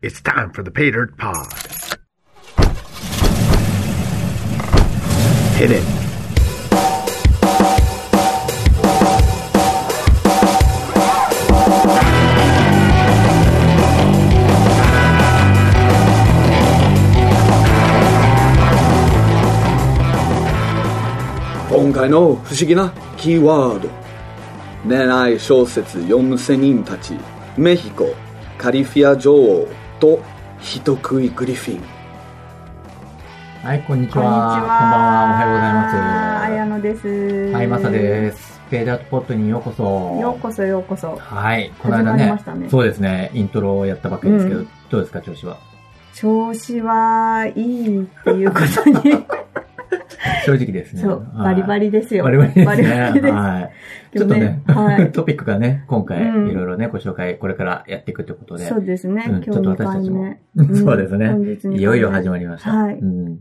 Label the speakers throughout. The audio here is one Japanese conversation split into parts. Speaker 1: It's time for the Pay Dirt Pod. Hit it.
Speaker 2: Hey. 今回の不思議なキーワード恋愛小説4000人たちメヒコカリフィア女王と人食いグリフィン
Speaker 3: はい、こんにちは。こん
Speaker 4: こんにちは。
Speaker 3: ばんは。おはようございます。
Speaker 4: あやのです。
Speaker 3: はい、まさです。ペイダートポットにようこそ。
Speaker 4: ようこそようこそ。
Speaker 3: はい、この間
Speaker 4: 始まり
Speaker 3: ね
Speaker 4: ましたね
Speaker 3: そうですね、イントロをやったばっかりですけど、
Speaker 4: うん
Speaker 3: どうですか、調子は。
Speaker 4: 調子はいいっていうこと に、
Speaker 3: 正直ですね。
Speaker 4: そう、バリバ
Speaker 3: リ。
Speaker 4: リですよ。
Speaker 3: バリバリですね。
Speaker 4: バリバリです
Speaker 3: はい。ち
Speaker 4: け
Speaker 3: ょっ
Speaker 4: ど
Speaker 3: と
Speaker 4: ね
Speaker 3: ね、
Speaker 4: はい
Speaker 3: トピックがね、今回、い
Speaker 4: うん
Speaker 3: ろいろね、ご紹介、これからやっていくということで
Speaker 4: そ。うですね
Speaker 3: うん、
Speaker 4: 今日2回
Speaker 3: ちょっと
Speaker 4: 目。ん
Speaker 3: そうですね。いよいよ始
Speaker 4: ま
Speaker 3: まりました。
Speaker 4: はい
Speaker 3: うん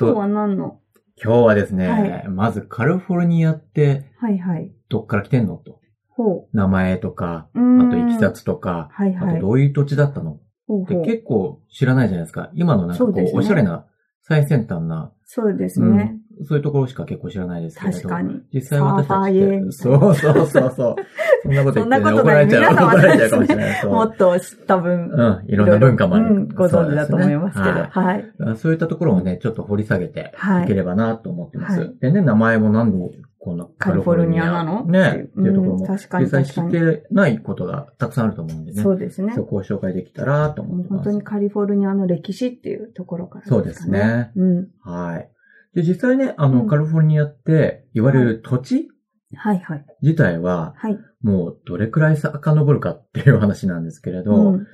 Speaker 4: 今
Speaker 3: 今
Speaker 4: 日は
Speaker 3: 日
Speaker 4: 何の
Speaker 3: 今日はですね、
Speaker 4: はい
Speaker 3: まずカリフォルニアって
Speaker 4: はいはい。
Speaker 3: どっから来てんのと。
Speaker 4: ほ
Speaker 3: 名前とか、
Speaker 4: う。う
Speaker 3: あ
Speaker 4: ーん
Speaker 3: と、いきさ。つとか、
Speaker 4: はいはい
Speaker 3: あと、どういう土地だったの
Speaker 4: ほう
Speaker 3: って
Speaker 4: ほう
Speaker 3: 結構知らないじゃないですか。今のなんかこ
Speaker 4: そうです
Speaker 3: う、
Speaker 4: ね
Speaker 3: おしゃれな、最先端な、
Speaker 4: そうですね。
Speaker 3: そういうところしか結構知らないですけれど。
Speaker 4: 確かに。
Speaker 3: 実際私
Speaker 4: サ
Speaker 3: た
Speaker 4: ーファ
Speaker 3: ち
Speaker 4: ーへ
Speaker 3: って、そうそう そうそう。そんなこと言って、
Speaker 4: そんな
Speaker 3: ね、
Speaker 4: こと
Speaker 3: 怒
Speaker 4: な
Speaker 3: ら
Speaker 4: い
Speaker 3: れちゃう、
Speaker 4: 皆さ
Speaker 3: 怒
Speaker 4: んは
Speaker 3: られちゃうかもしれない。そ
Speaker 4: もっ
Speaker 3: う。
Speaker 4: と知った分、
Speaker 3: うん、いろんな文化もある。
Speaker 4: うんご存知だと思いますけど。
Speaker 3: そうで
Speaker 4: はい。
Speaker 3: ねはいそういったところをね、ちょっと掘り下げて
Speaker 4: はい
Speaker 3: いければなと思ってます。
Speaker 4: はい
Speaker 3: でね、名前もなんでこんな
Speaker 4: カリフォルニアなの
Speaker 3: ね、っていうところ
Speaker 4: うん
Speaker 3: も、
Speaker 4: 確かに
Speaker 3: 実際知
Speaker 4: 確
Speaker 3: っ
Speaker 4: か
Speaker 3: てないことがたくさんあると思うんでね。
Speaker 4: そうですね。
Speaker 3: そこを紹介できたらと思っ
Speaker 4: もう
Speaker 3: て
Speaker 4: 本
Speaker 3: ます。
Speaker 4: 当にカリフォルニアの歴史っていうところから
Speaker 3: そうです。ね。
Speaker 4: うん。
Speaker 3: はい。で、実際ね、あの、
Speaker 4: うん
Speaker 3: カリフォルニアって、いわゆる土地
Speaker 4: はいはい。
Speaker 3: 自体は、
Speaker 4: はい。
Speaker 3: もうどれくらい遡るかっていう話なんですけれど、
Speaker 4: うん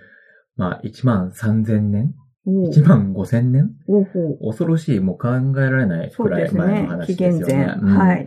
Speaker 3: まあ、1万3000年
Speaker 4: おう
Speaker 3: ?1 万5000年
Speaker 4: おうほう
Speaker 3: 恐ろしい、もう考えられない
Speaker 4: そ
Speaker 3: く
Speaker 4: う
Speaker 3: ら
Speaker 4: で
Speaker 3: い
Speaker 4: す
Speaker 3: 前の
Speaker 4: ね。
Speaker 3: 話
Speaker 4: 紀
Speaker 3: ですよね。
Speaker 4: 元前。
Speaker 3: うん
Speaker 4: はい。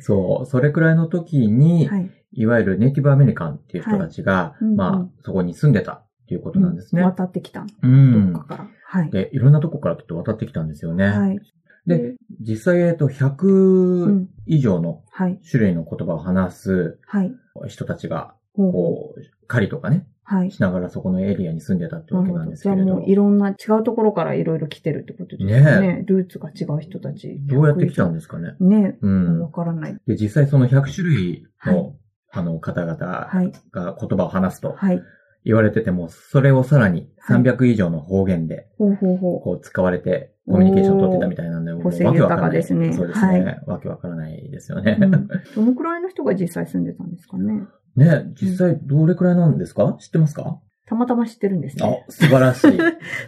Speaker 3: そう、それくらいの時に、
Speaker 4: はい。
Speaker 3: いわゆるネイティブアメリカンっていう人たちが、
Speaker 4: いうんうん
Speaker 3: まあ、そこに住んでたっていうことなんですね。
Speaker 4: 渡ってきた。
Speaker 3: う
Speaker 4: ど
Speaker 3: ん
Speaker 4: っか。から。はい。
Speaker 3: で、いろんなとこからちょっと渡ってきたんですよね。
Speaker 4: はい。
Speaker 3: で、実際、えっと、100
Speaker 4: ん
Speaker 3: 以上の
Speaker 4: はい。
Speaker 3: 種類の言葉を話す
Speaker 4: はい。
Speaker 3: 人たちが、
Speaker 4: ほうほう
Speaker 3: こう、狩りとかね、
Speaker 4: はい。
Speaker 3: しながらそこのエリアに住んでたって
Speaker 4: な
Speaker 3: わ
Speaker 4: る
Speaker 3: け
Speaker 4: ほ
Speaker 3: なん
Speaker 4: ど。
Speaker 3: で
Speaker 4: じ
Speaker 3: す
Speaker 4: ゃあ
Speaker 3: けれど。
Speaker 4: もういろんな違うところからいろいろ来てるってことです
Speaker 3: ね
Speaker 4: よ
Speaker 3: え
Speaker 4: ね。ルーツが違う人たち。
Speaker 3: どうやって来たんですかね。
Speaker 4: ね
Speaker 3: う
Speaker 4: え。
Speaker 3: ん
Speaker 4: わ。からない。
Speaker 3: で、実際その100種類の、
Speaker 4: は
Speaker 3: あの、方々が
Speaker 4: はい。
Speaker 3: 言葉を話すと
Speaker 4: はい。
Speaker 3: 言われてても、それをさらに
Speaker 4: はい
Speaker 3: 300以上の方言で、
Speaker 4: ほうほうほう。
Speaker 3: こう、使われて、コミュニケーションを取ってたみたいなんで、もう
Speaker 4: 個性
Speaker 3: わけわから
Speaker 4: 豊か
Speaker 3: ない。
Speaker 4: ですね
Speaker 3: そうですね。
Speaker 4: は
Speaker 3: わけわからないですよね。
Speaker 4: うんどのくらいの人が実際住んでたんですかね。
Speaker 3: ね、実際どれくらいなんですか知ってます か
Speaker 4: たまたま知ってるんですね。
Speaker 3: あ、素晴ら しい。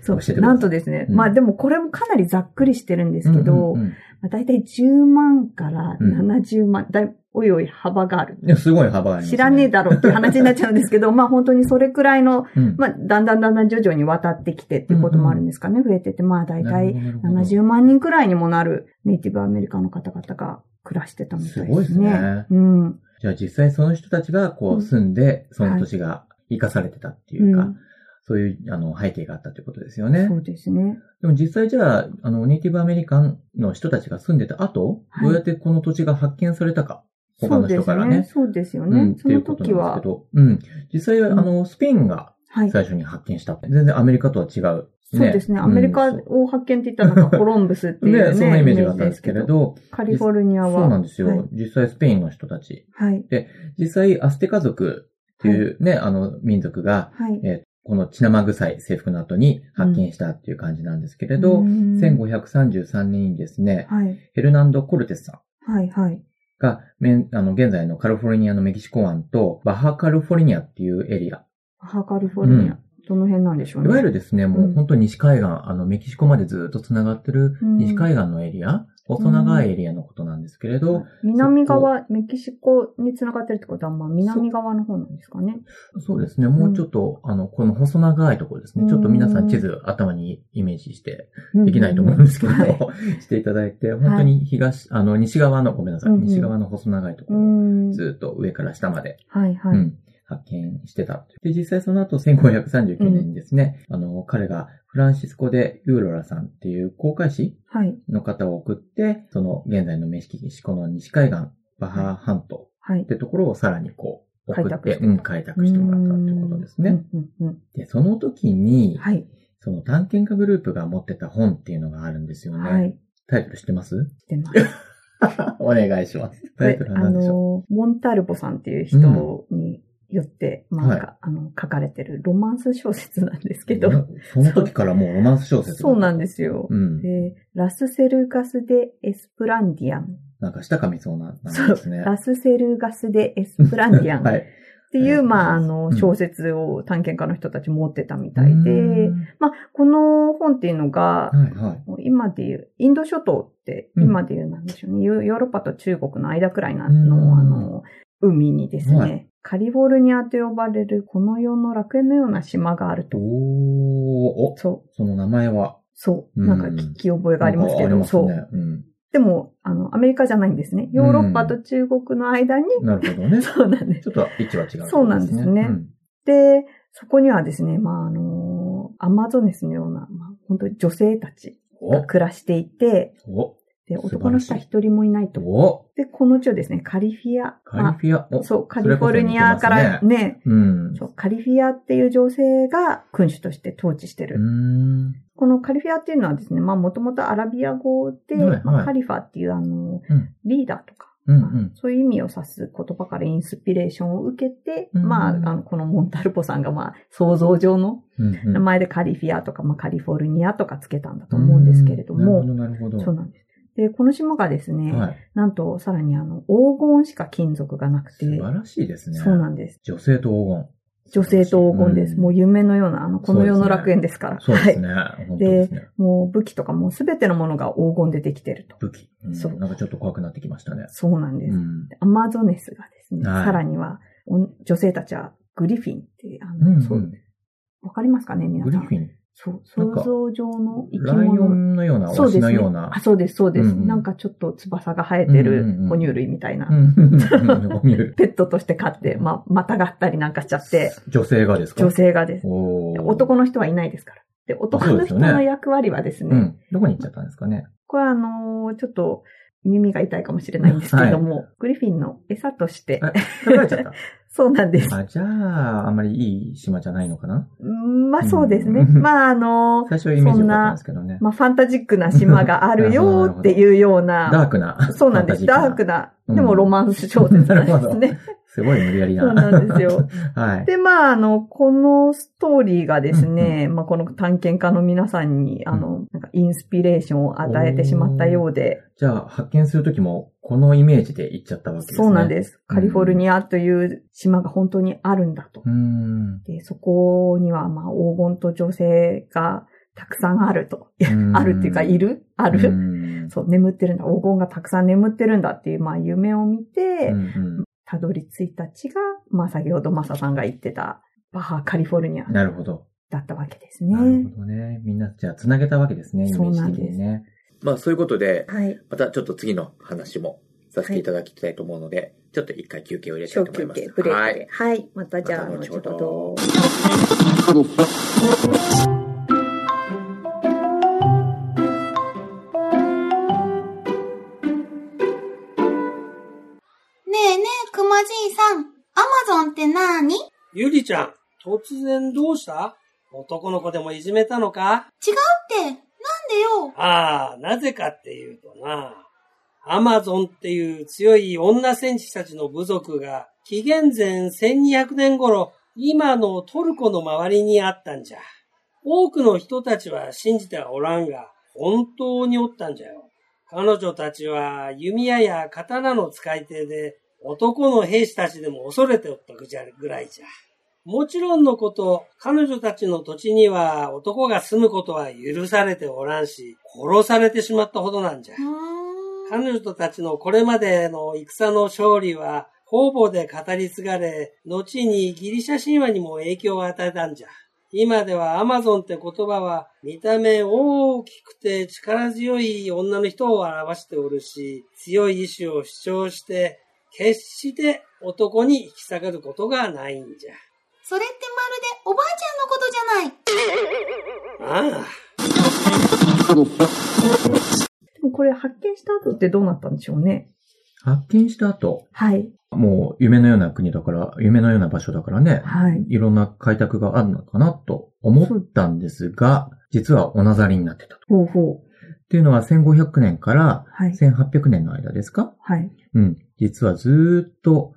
Speaker 4: そ
Speaker 3: 教えてくださ
Speaker 4: う。
Speaker 3: い
Speaker 4: なんとですね、
Speaker 3: うん
Speaker 4: まあでもこれもかなりざっくりしてるんですけ
Speaker 3: う
Speaker 4: ど、
Speaker 3: んうんうん
Speaker 4: まあ、大体10万から70万、だいおいおい幅がある。
Speaker 3: いや、すごい幅があります、
Speaker 4: 知らねえだろっていう話になっちゃうんです けど、まあ本当にそれくらいの、
Speaker 3: うん。
Speaker 4: まあだんだんだんだん徐々に渡ってきてっていうこともあるんですかね、増えてて、まあ大体
Speaker 3: なるほどなるほ
Speaker 4: 70万人くらいにもなるネイティブアメリカの方々が暮らしてたみたいですね。
Speaker 3: すごいですね
Speaker 4: うん。
Speaker 3: どじゃあ実際その人たちがこ
Speaker 4: うん
Speaker 3: う住んで、その年が生かされてたっていうか、
Speaker 4: うん
Speaker 3: そういうあの背景があったということですよね
Speaker 4: そ。うですね。
Speaker 3: でも実際じゃあ、あの、ネイティブアメリカンの人たちが住んでた後、
Speaker 4: はい
Speaker 3: どうやってこの土地が発見されたか、他
Speaker 4: そう
Speaker 3: の
Speaker 4: で
Speaker 3: 人
Speaker 4: す
Speaker 3: から
Speaker 4: ね。
Speaker 3: ね。
Speaker 4: そうですよ
Speaker 3: う
Speaker 4: ね。
Speaker 3: ん、って
Speaker 4: そ
Speaker 3: いう
Speaker 4: の
Speaker 3: こと
Speaker 4: 時
Speaker 3: なん
Speaker 4: は
Speaker 3: ですけ、ど。うん。実際、あの、スペインが
Speaker 4: はい。
Speaker 3: 最初に発見した。全然アメリカとは違う。
Speaker 4: そうですね。アメリカを発見って言ったらなんかコロンブスっていう
Speaker 3: ね、
Speaker 4: ね。
Speaker 3: そんなイメージがあったんですけれど、
Speaker 4: カリフォルニアは。
Speaker 3: そうなんですよ、
Speaker 4: はい。
Speaker 3: 実際スペインの人たち。
Speaker 4: はい。
Speaker 3: 実際アステカ族っていうね、あの民族が、
Speaker 4: はい。
Speaker 3: えーこの血生臭い征服の後に発見したっていう感じなんですけれど、
Speaker 4: 1500。
Speaker 3: 1533年にですね、
Speaker 4: はい。
Speaker 3: ヘルナンド・コルテスさん
Speaker 4: はい。はい。
Speaker 3: が、メンあの現在のカリフォルニアのメキシコ湾とバハカリフォルニアっていうエリア。
Speaker 4: ハカリフォルニア。どの辺なんでしょう
Speaker 3: い
Speaker 4: ね。
Speaker 3: わゆるですね、も
Speaker 4: う
Speaker 3: うん本当に西海岸、あのメキシコまでずっと繋がってる
Speaker 4: うん
Speaker 3: 西海岸のエリア、細長いエリアのことなんですけれど、
Speaker 4: 南側、メキシコに繋がってるってことは、まあ南側の方なんですかね。
Speaker 3: そうですね。もうちょっと、あの、この細長いところですね。ちょっと皆さん地図頭にイメージして、できないと思うんですけど、
Speaker 4: はい
Speaker 3: していただいて、本当に東、あの、西側の、ごめんなさい、
Speaker 4: うんうん
Speaker 3: 西側の細長いとこ
Speaker 4: う
Speaker 3: ろ、
Speaker 4: ん。
Speaker 3: ずっと上から下まで、
Speaker 4: はいは
Speaker 3: う
Speaker 4: い。
Speaker 3: ん発見してた。で、実際その後、1539年にですね、あの、彼がフランシスコでユーロラさんっていう航海士
Speaker 4: はい。
Speaker 3: の方を送って、その現在のメキシコの西海岸、バハ半島
Speaker 4: はい
Speaker 3: っ。てところをさらにこ送
Speaker 4: 開
Speaker 3: っ
Speaker 4: 拓
Speaker 3: て、
Speaker 4: して
Speaker 3: うん、開拓してもらったということですね。。
Speaker 4: うんうんうん
Speaker 3: で、その時に、
Speaker 4: はい。
Speaker 3: その探検家グループが持ってた本っていうのがあるんですよね。
Speaker 4: はい。
Speaker 3: タイトル知ってます
Speaker 4: してます。
Speaker 3: お願いします。 タイトルは何でしょ
Speaker 4: これあの、モンタルボさんっていう人によって、
Speaker 3: ん
Speaker 4: まあ、
Speaker 3: は
Speaker 4: あの、書かれてるロマンス小説なんです
Speaker 3: う
Speaker 4: けど、
Speaker 3: なその時からもうロマンス小説
Speaker 4: そうなん
Speaker 3: で
Speaker 4: ですよ。
Speaker 3: うん。
Speaker 4: で、ラスセルガス・でエスプランディアン。
Speaker 3: なんか舌噛みそうな名
Speaker 4: そ
Speaker 3: 前で
Speaker 4: う
Speaker 3: すね。
Speaker 4: ラスセルガス・でエスプランディアン
Speaker 3: は
Speaker 4: っ
Speaker 3: い。
Speaker 4: ていう、
Speaker 3: はい
Speaker 4: まあ、あ
Speaker 3: う
Speaker 4: の、
Speaker 3: ん
Speaker 4: 小説を探検家の人たち持ってたみたいで、
Speaker 3: うん
Speaker 4: まあ、この本っていうのが、
Speaker 3: はいはい。
Speaker 4: 今でいう、インド諸島って、
Speaker 3: うん
Speaker 4: 今でいうなんでしょうね、ヨヨーロッパと中国の間くらいなの、
Speaker 3: うん
Speaker 4: あの、海にですね、
Speaker 3: はい
Speaker 4: カリフォルニアと呼ばれるこの世の楽園のような島がある
Speaker 3: おー
Speaker 4: と。
Speaker 3: お、
Speaker 4: そう、
Speaker 3: その名前は。
Speaker 4: そう、
Speaker 3: うん
Speaker 4: なんか聞き覚えがありますけど、
Speaker 3: なんかあり
Speaker 4: そ
Speaker 3: ます
Speaker 4: う。
Speaker 3: ね。うん。
Speaker 4: でも、あの、アメリカじゃないんですね。ヨーロッパと中国の間に、
Speaker 3: なるほどね。ち
Speaker 4: そうなんです。
Speaker 3: ょっと位置は違う、
Speaker 4: そうなんですね
Speaker 3: うん
Speaker 4: で、そこにはですね、まあ、あの、アマゾネスのような、まあ、本当に女性たちが暮らしていて、
Speaker 3: お、
Speaker 4: で、
Speaker 3: 素晴らしい
Speaker 4: 男の人は一人もいないと
Speaker 3: お、。お、
Speaker 4: で、この地をですね、カリフィア。
Speaker 3: カリフィア。
Speaker 4: まあ
Speaker 3: お、
Speaker 4: そう、カリフォルニアから
Speaker 3: それこそ似てますね。
Speaker 4: ね、
Speaker 3: うん。
Speaker 4: そうカリフィアっていう女性が君主として統治して
Speaker 3: うー
Speaker 4: る。
Speaker 3: ん。
Speaker 4: このカリフィアっていうのはですね、まあもともとアラビア語で、
Speaker 3: はいはい
Speaker 4: まあカリファっていうあの、
Speaker 3: うん
Speaker 4: リーダーとか、
Speaker 3: うんう
Speaker 4: まあ
Speaker 3: ん。
Speaker 4: そういう意味を指す言葉からインスピレーションを受けて、
Speaker 3: うん
Speaker 4: まああの、このモンタルポさんがまあ想像上の
Speaker 3: うんうん
Speaker 4: 名前でカリフィアとか、まあカリフォルニアとかつけたんだと思うんですけれども、
Speaker 3: うんなるほど、なる
Speaker 4: そ
Speaker 3: ほ
Speaker 4: うなんです。で、この島がですね、
Speaker 3: ど。はい。
Speaker 4: なんとさらにあの、黄金しか金属がなくて、
Speaker 3: 素晴らしいですね。
Speaker 4: そうなんです。
Speaker 3: 女性と黄金。
Speaker 4: 女性と黄金です。
Speaker 3: うん
Speaker 4: もう夢のような、あの、この世の楽園ですから。
Speaker 3: そうです
Speaker 4: はい。
Speaker 3: ね。本当ですね。
Speaker 4: もう武器とかもうすべてのものが黄金でできてると。
Speaker 3: 武器。ん
Speaker 4: そう
Speaker 3: なんかちょっと怖くなってきましたね。
Speaker 4: そうなんです。
Speaker 3: うん。
Speaker 4: アマゾネスがですね、
Speaker 3: はい
Speaker 4: さらには、お女性たちはグリフィンっていう、あ
Speaker 3: う
Speaker 4: の、
Speaker 3: んうん
Speaker 4: そう、わかりますかね、皆
Speaker 3: グ
Speaker 4: さ
Speaker 3: リ
Speaker 4: ん。
Speaker 3: フィン。
Speaker 4: そ
Speaker 3: な
Speaker 4: う、
Speaker 3: んか
Speaker 4: 想像上の生き
Speaker 3: ライオ
Speaker 4: 物。
Speaker 3: ンのような、
Speaker 4: そう
Speaker 3: オ
Speaker 4: で
Speaker 3: ス
Speaker 4: すね。
Speaker 3: のような
Speaker 4: あ。そうです、そうで
Speaker 3: う
Speaker 4: す、
Speaker 3: んうん
Speaker 4: なんかちょっと翼が生え
Speaker 3: う
Speaker 4: て
Speaker 3: んうんう
Speaker 4: る
Speaker 3: ん
Speaker 4: 哺乳類みたいな。
Speaker 3: うんうんうんうん見え る
Speaker 4: ペットとして飼って、まあ、またがったりなんかしちゃって、
Speaker 3: 女性がですか
Speaker 4: 女性がです。
Speaker 3: おー
Speaker 4: 男の人はいないですから。で、男
Speaker 3: そう
Speaker 4: の
Speaker 3: です
Speaker 4: 人
Speaker 3: よね
Speaker 4: の役割はですね、
Speaker 3: うん。どこに行っちゃったんですかね。
Speaker 4: これはあのーちょっと耳が痛いかもしれないんですけれども、グリフィンの餌として、
Speaker 3: え、食べられちゃっ
Speaker 4: そうなんです
Speaker 3: た。。 あ、じゃあ、あんまりいい島じゃないのかな
Speaker 4: うんまあそうですね。
Speaker 3: うん
Speaker 4: まああのー
Speaker 3: 最初はイメージ良かったんですけどね。
Speaker 4: まあファンタジックな島がある
Speaker 3: なるほどな
Speaker 4: よ
Speaker 3: るほど
Speaker 4: っていうような、
Speaker 3: ダークな。
Speaker 4: そうなんです。ダーク
Speaker 3: な。
Speaker 4: な、
Speaker 3: うん
Speaker 4: でもロマンス小説なんですね。
Speaker 3: すごい無理やりな。
Speaker 4: そうなんですよ。
Speaker 3: はい。
Speaker 4: で、まあ、あの、このストーリーがですね、まあ、この探検家の皆さんに、あの、なんかインスピレーションを与えてしまったようで、
Speaker 3: じゃあ、発見するときも、このイメージで行っちゃったわけですね。
Speaker 4: そうなん
Speaker 3: す。
Speaker 4: です。カリフォルニアという島が本当にあるんだと。
Speaker 3: うーん。
Speaker 4: で、そこには、まあ、黄金と女性がたくさんあると。いや
Speaker 3: うん
Speaker 4: あるっていうか、いるあ
Speaker 3: あ
Speaker 4: る、そう、眠ってるんだ。黄金がたくさん眠ってるんだっていう、まあ、夢を見て、たどり着いた地が、まあ、先ほどマサさんが言ってた、バハカリフォルニア
Speaker 3: なるほど。
Speaker 4: だったわけです
Speaker 3: なる
Speaker 4: ね。
Speaker 3: ほどね。みんな、じゃあ、繋げたわけですね、イメージ的に
Speaker 4: そう
Speaker 3: ね。
Speaker 5: まあそういうことで、
Speaker 4: はい。
Speaker 5: またちょっと次の話もさせていただきたいと思うので、ちょっと一回休憩を入れたい
Speaker 4: 小
Speaker 5: と思いま
Speaker 4: 休
Speaker 5: す。
Speaker 4: 憩、ブレ
Speaker 5: は
Speaker 4: ーキ
Speaker 5: い
Speaker 4: で。。はい。またじゃあ、
Speaker 5: また
Speaker 4: 後
Speaker 5: 後ほ
Speaker 4: ほ
Speaker 5: ど
Speaker 4: ど。
Speaker 6: ねえねえ、くまじいさん。アマゾンってなーに違う
Speaker 7: ゆりちゃん、突然どうした男の子でもいじめたのか
Speaker 6: って、なんでよ。
Speaker 7: ああ、なぜかっていうとな、アマゾンっていう強い女戦士たちの部族が、紀元前1200年頃、今のトルコの周りにあったんじゃ。多くの人たちは信じてはおらんが、本当におったんじゃよ。彼女たちは弓矢や刀の使い手で、男の兵士たちでも恐れておったぐじゃぐらいじゃ。もちろんのこと、彼女たちの土地には男が住むことは許されておらんし、殺されてしまったほどなんじゃ
Speaker 6: う。ーん。
Speaker 7: 彼女たちのこれまでの戦の勝利は、方々で語り継がれ、後にギリシャ神話にも影響を与えたんじゃ。今ではアマゾンって言葉は、見た目大きくて力強い女の人を表しておるし、強い意志を主張して、決して男に引き下がることがないんじゃ。
Speaker 6: それってまるでおばあちゃんのことじゃない。
Speaker 7: ああ。
Speaker 4: でもこれ発見した後ってどうなったんでしょうね。
Speaker 3: 発見した後、
Speaker 4: はい。
Speaker 3: もう夢のような国だから、夢のような場所だからね、
Speaker 4: はい。
Speaker 3: いろんな開拓があるのかなと思ったんですが、実はおなざりになってたと。
Speaker 4: ほうほう。
Speaker 3: っていうのは1500年から
Speaker 4: はい。
Speaker 3: 1800年の間ですか
Speaker 4: はい。
Speaker 3: うん。実はずーっと、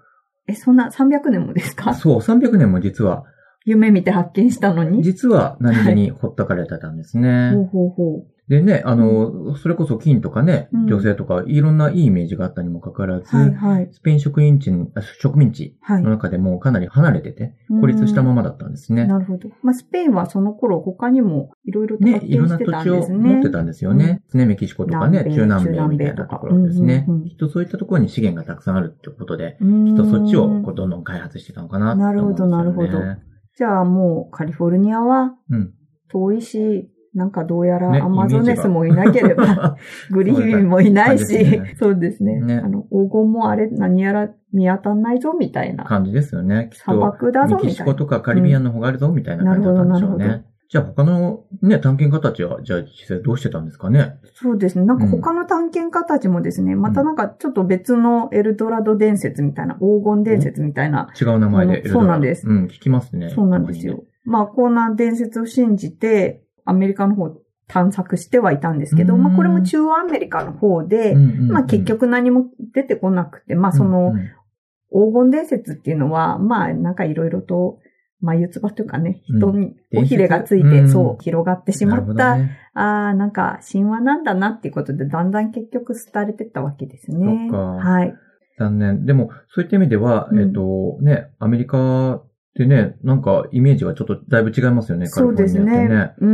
Speaker 4: え、そんな300年もですか
Speaker 3: そう、300年も実は、
Speaker 4: 夢見て発見したのに
Speaker 3: 実は何気にほったかれてたんですね。
Speaker 4: ほうほうほう。
Speaker 3: でね、あの、それこそ金とかね
Speaker 4: うん、
Speaker 3: 女性とか、いろんないいイメージがあったにもかかわらず、
Speaker 4: はいはい。
Speaker 3: スペイン植民地の、あ植民地
Speaker 4: はい
Speaker 3: の。中でもかなり離れてて、孤立したままだったんです
Speaker 4: うん
Speaker 3: ね。
Speaker 4: なるほど。まあ、スペインはその頃他にもいろいろと
Speaker 3: ね
Speaker 4: 発、
Speaker 3: いろ
Speaker 4: 展
Speaker 3: んな
Speaker 4: して
Speaker 3: 土
Speaker 4: たん
Speaker 3: 地
Speaker 4: で
Speaker 3: を
Speaker 4: すね。
Speaker 3: 持ってたんですよね。ね、メキシコとかね、中南
Speaker 4: 南米
Speaker 3: 米みたいなところですね
Speaker 4: 中南米とかうんうんうん。
Speaker 3: きっとそういったところに資源がたくさんあるってことで、
Speaker 4: うん
Speaker 3: きっとそっちをこうどんどん開発してたのかなと思うんですよ、ね。
Speaker 4: なるほどなるじゃあもうカリフォルニアは
Speaker 3: うん
Speaker 4: 遠いし、なんかどうやら
Speaker 3: ね
Speaker 4: アマゾネスもいなければ、 グリーンヒンもいないし、そうですね。
Speaker 3: ね
Speaker 4: あの、黄金もあれ、何やら見当たんないぞみたいな。
Speaker 3: 感じですよね。きっ
Speaker 4: 砂
Speaker 3: と、
Speaker 4: 漠だぞ
Speaker 3: メ
Speaker 4: み
Speaker 3: キシ
Speaker 4: たい
Speaker 3: コ。
Speaker 4: な
Speaker 3: とかカリビアンの方があるぞみたいな感じだったんでしょう
Speaker 4: なるほどなる
Speaker 3: ね。じゃあ他のね、探検家たちは、じゃあ実際どうしてたんですかね。
Speaker 4: そうですね。なんか他の探検家たちもですね、またなんかちょっと別のエルドラド伝説みたいな、黄金伝説みたいな
Speaker 3: 違う名前で
Speaker 4: うん
Speaker 3: エルドラド
Speaker 4: そうなんです
Speaker 3: うん、聞きますね。
Speaker 4: そうなんですよ。まあ、こんな伝説を信じて、アメリカの方探索してはいたんですけど、
Speaker 3: うん
Speaker 4: まあ、これも中央アメリカの方で、
Speaker 3: たまにね。うんうんうん
Speaker 4: まあ、結、局何も出てこなくて、まあ、そ
Speaker 3: うんう
Speaker 4: の
Speaker 3: ん
Speaker 4: 黄金伝説っていうのは、まあ、なんかいろいろと、眉唾というかね、人に
Speaker 3: うん
Speaker 4: おひれがついて、
Speaker 3: 伝説うん
Speaker 4: そう、広がってしま
Speaker 3: なるほ
Speaker 4: った、
Speaker 3: どね
Speaker 4: ああ、なんか神話なんだなっていうことで、だんだん結局廃れてったわけですね。
Speaker 3: そっか
Speaker 4: はい。
Speaker 3: 残念。でも、そういった意味では、
Speaker 4: うん
Speaker 3: えっ、と、ね、アメリカってね、なんかイメージはちょっとだいぶ違いますよね、カリ
Speaker 4: そ
Speaker 3: フ
Speaker 4: う
Speaker 3: ォル
Speaker 4: です
Speaker 3: ニアってね
Speaker 4: ね。。うん
Speaker 3: う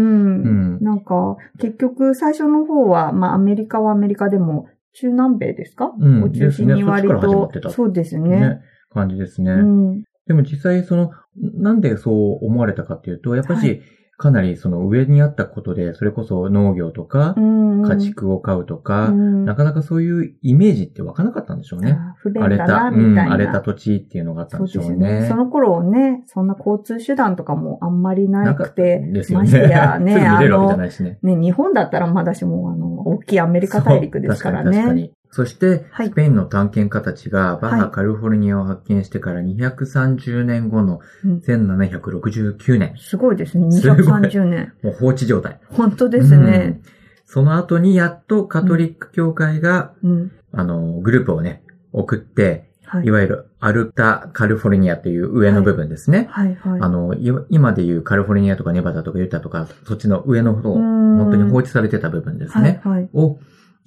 Speaker 3: ん。
Speaker 4: なんか、結局最初の方は、まあアメリカはアメリカでも、中南米ですか、
Speaker 3: うん
Speaker 4: を中心に割
Speaker 3: ですねそっちから始ま
Speaker 4: と
Speaker 3: って、た
Speaker 4: そうですね。
Speaker 3: ね感じですね。
Speaker 4: うん。
Speaker 3: でも実際、その、なんでそう思われたかっていうと、やっぱし、
Speaker 4: はい
Speaker 3: かなりその上にあったことで、それこそ農業とか
Speaker 4: う、ん。
Speaker 3: 家畜を飼うとか、
Speaker 4: うん
Speaker 3: なかなかそういうイメージって湧かなかったんでしょうね。
Speaker 4: あー不便
Speaker 3: 荒
Speaker 4: だ
Speaker 3: れた、
Speaker 4: な、
Speaker 3: うん、
Speaker 4: みたいな。
Speaker 3: 荒れた土地っていうのがあった
Speaker 4: そ
Speaker 3: ん
Speaker 4: う
Speaker 3: でしょ
Speaker 4: で
Speaker 3: う
Speaker 4: す
Speaker 3: ね。
Speaker 4: ね。その頃ね、そんな交通手段とかもあんまりなくて、
Speaker 3: ですよ
Speaker 4: ま
Speaker 3: ね。
Speaker 4: してや ね、
Speaker 3: すぐ見
Speaker 4: あ
Speaker 3: れるわけじゃ
Speaker 4: の、
Speaker 3: ないしね。
Speaker 4: ね、日本だったらまだしも、あの、大きいアメリカ大陸ですから
Speaker 3: そう確か
Speaker 4: ね。
Speaker 3: に。そして、
Speaker 4: はい
Speaker 3: スペインの探検家たちがバ
Speaker 4: は
Speaker 3: ハ・
Speaker 4: い
Speaker 3: カリフォルニアを発見してから230年後の
Speaker 4: うん
Speaker 3: 1769年、
Speaker 4: すごいですね。
Speaker 3: すごい
Speaker 4: 230年。
Speaker 3: もう放置状態。
Speaker 4: 本当ですね。
Speaker 3: うんその後にやっとカトリック教会が、
Speaker 4: うん。
Speaker 3: あの、グループをね、送って、
Speaker 4: はい
Speaker 3: い。わゆるアルタ・カリフォルニアという上の部分ですね。
Speaker 4: はいはい。
Speaker 3: あの、い今でいうカリフォルニアとかネバダとかユタとか、そっちの上の方、
Speaker 4: うん
Speaker 3: 本当に放置されてた部分ですね。
Speaker 4: はいはい。
Speaker 3: を、